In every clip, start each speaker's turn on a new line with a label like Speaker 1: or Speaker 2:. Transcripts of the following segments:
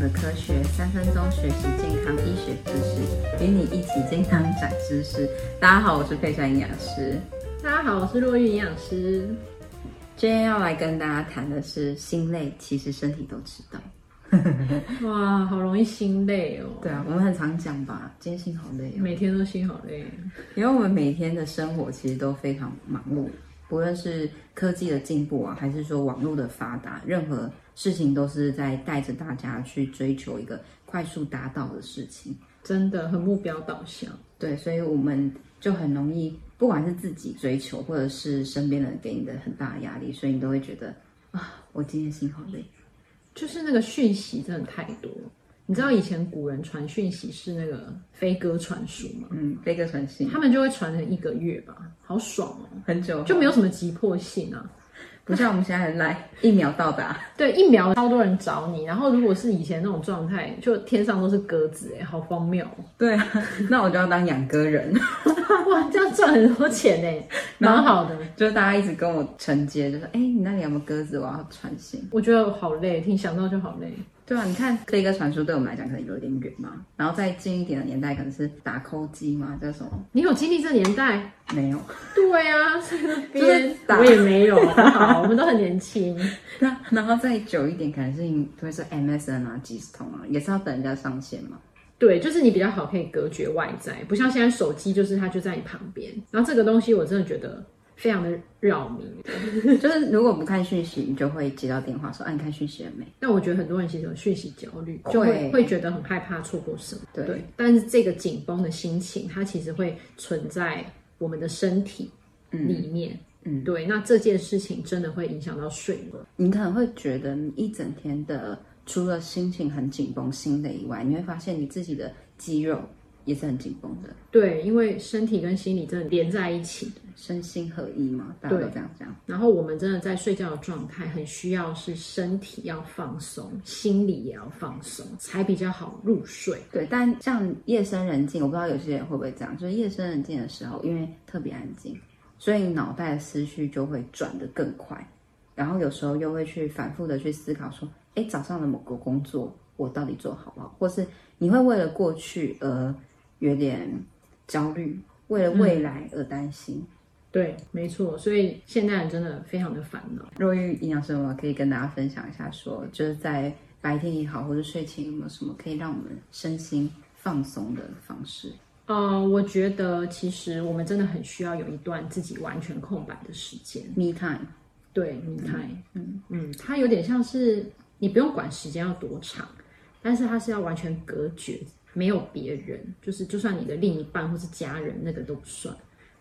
Speaker 1: 的科学，三分钟学习健康医学知识，与你一起健康长知识。大家好，我是佩珊营养师。
Speaker 2: 大家好，我是洛玉营养师。
Speaker 1: 今天要来跟大家谈的是心累，其实身体都知道。
Speaker 2: 哇，好容易心累哦。
Speaker 1: 对啊，我们很常讲吧，今天心好累哦。
Speaker 2: 每天都心好累。
Speaker 1: 因为我们每天的生活其实都非常忙碌，不论是科技的进步啊，还是说网络的发达，任何事情都是在带着大家去追求一个快速达到的事情。
Speaker 2: 真的很目标导向，
Speaker 1: 对，所以我们就很容易，不管是自己追求，或者是身边人给你的很大的压力，所以你都会觉得啊，我今天心好累。
Speaker 2: 就是那个讯息真的太多。你知道以前古人传讯息是那个飞鸽传书吗？
Speaker 1: 嗯，飞鸽传信
Speaker 2: 他们就会传成一个月吧，好爽哦，
Speaker 1: 很久就
Speaker 2: 就没有什么急迫性啊。
Speaker 1: 不像我们现在来 一秒到达。
Speaker 2: 对，一秒超多人找你，然后如果是以前那种状态，就天上都是鸽子，哎，好荒 谬、哦！
Speaker 1: 对啊，那我就要当养鸽人，
Speaker 2: 哇，这样赚很多钱哎，蛮好 的。
Speaker 1: 就是大家一直跟我承接，就说哎、你那里有没有鸽子？我要传信。
Speaker 2: 我觉得好累，听想到就好累。
Speaker 1: 对啊，你看飞鸽传书对我们来讲可能有点远嘛，然后再近一点的年代可能是打扣机嘛，叫什么？
Speaker 2: 你有经历这年代？
Speaker 1: 没有。
Speaker 2: 对啊，在那
Speaker 1: 就是
Speaker 2: 边
Speaker 1: 打
Speaker 2: 我也没有，好不好，我们都很年轻。
Speaker 1: 那然后再久一点，可能是你会是 MSN 啊、即时通啊，也是要等人家上线嘛。
Speaker 2: 对，就是你比较好可以隔绝外在，不像现在手机就是它就在你旁边。然后这个东西我真的觉得非常的扰民，
Speaker 1: 就是如果不看讯息，你就会接到电话说：“啊，你看讯息了没
Speaker 2: 但我觉得很多人其实有讯息焦虑，就
Speaker 1: 会
Speaker 2: 会会觉得很害怕错过什么。
Speaker 1: 对
Speaker 2: 但是这个紧绷的心情，它其实会存在我们的身体里面。
Speaker 1: 嗯
Speaker 2: 对，那这件事情真的会影响到睡眠。？”
Speaker 1: 你可能会觉得你一整天的除了心情很紧绷、心累以外，你会发现你自己的肌肉也是很紧绷的，
Speaker 2: 对，因为身体跟心理真的连在一起，
Speaker 1: 身心合一嘛，大家都这样讲。
Speaker 2: 然后我们真的在睡觉的状态，很需要是身体要放松，心理也要放松，才比较好入睡。
Speaker 1: 对，但像夜深人静，我不知道有些人会不会这样，就是夜深人静的时候，因为特别安静，所以脑袋的思绪就会转得更快，然后有时候又会去反复的去思考说，哎，早上的某个工作我到底做好不好，或是你会为了过去而有点焦虑，为了未来而担心。
Speaker 2: 对，没错，所以现代人真的非常的烦恼。
Speaker 1: 若玉营养师，我可以跟大家分享一下说，就是在白天也好，或者睡前有没有什么可以让我们身心放松的方式？
Speaker 2: 呃，我觉得其实我们真的很需要有一段自己完全空白的时间。
Speaker 1: Me time。
Speaker 2: 对，你看，嗯嗯，它有点像是你不用管时间要多长，但是它是要完全隔绝，没有别人，就是就算你的另一半或是家人，那个都不算。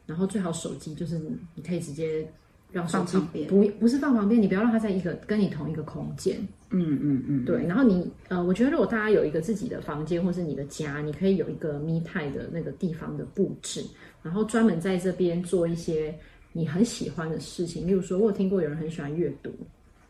Speaker 2: 然后最好手机就是你你可以直接让手机
Speaker 1: 放旁边
Speaker 2: 不不是放旁边，你不要让它在一个跟你同一个空间。
Speaker 1: 嗯嗯嗯，
Speaker 2: 对，然后你呃，我觉得如果大家有一个自己的房间或是你的家，你可以有一个 me time 的那个地方的布置，然后专门在这边做一些你很喜欢的事情，例如说，我有听过有人很喜欢阅读，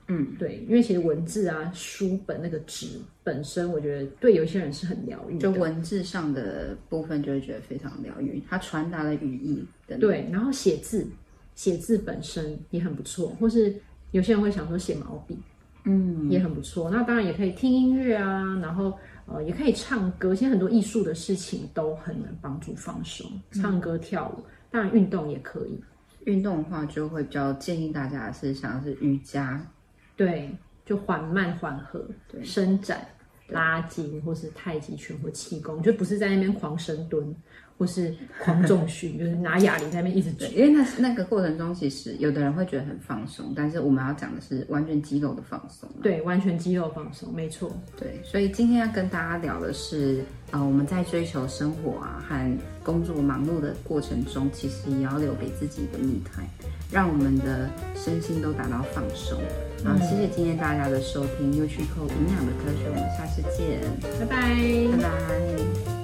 Speaker 1: 嗯，
Speaker 2: 对，因为其实文字啊、书本那个纸本身，我觉得对有一些人是很疗愈的
Speaker 1: 就。文字上的部分就会觉得非常疗愈，它传达的语义等等。
Speaker 2: 对，然后写字，写字本身也很不错，或是有些人会想说写毛笔，
Speaker 1: 嗯，
Speaker 2: 也很不错。那当然也可以听音乐啊，然后呃也可以唱歌，其实很多艺术的事情都很能帮助放松，
Speaker 1: 嗯
Speaker 2: 唱歌、跳舞，当然运动也可以。
Speaker 1: 运动的话就会比较建议大家是像是瑜伽，
Speaker 2: 对，就缓慢缓和，伸展、拉筋，或是太极拳或气功，就不是在那边狂深蹲。或是狂 重训，就是拿哑铃在那边一直举
Speaker 1: 对，因为那那个过程中，其实有的人会觉得很放松，但是我们要讲的是完全肌肉的放松。
Speaker 2: 对，完全肌肉放松，没错。
Speaker 1: 对，所以今天要跟大家聊的是，呃，我们在追求生活啊和工作忙碌的过程中，其实也要留给自己一个密态，让我们的身心都达到放松。啊，谢谢今天大家的收听，又去扣营养的科学，我们下次见，
Speaker 2: 拜拜
Speaker 1: 拜拜。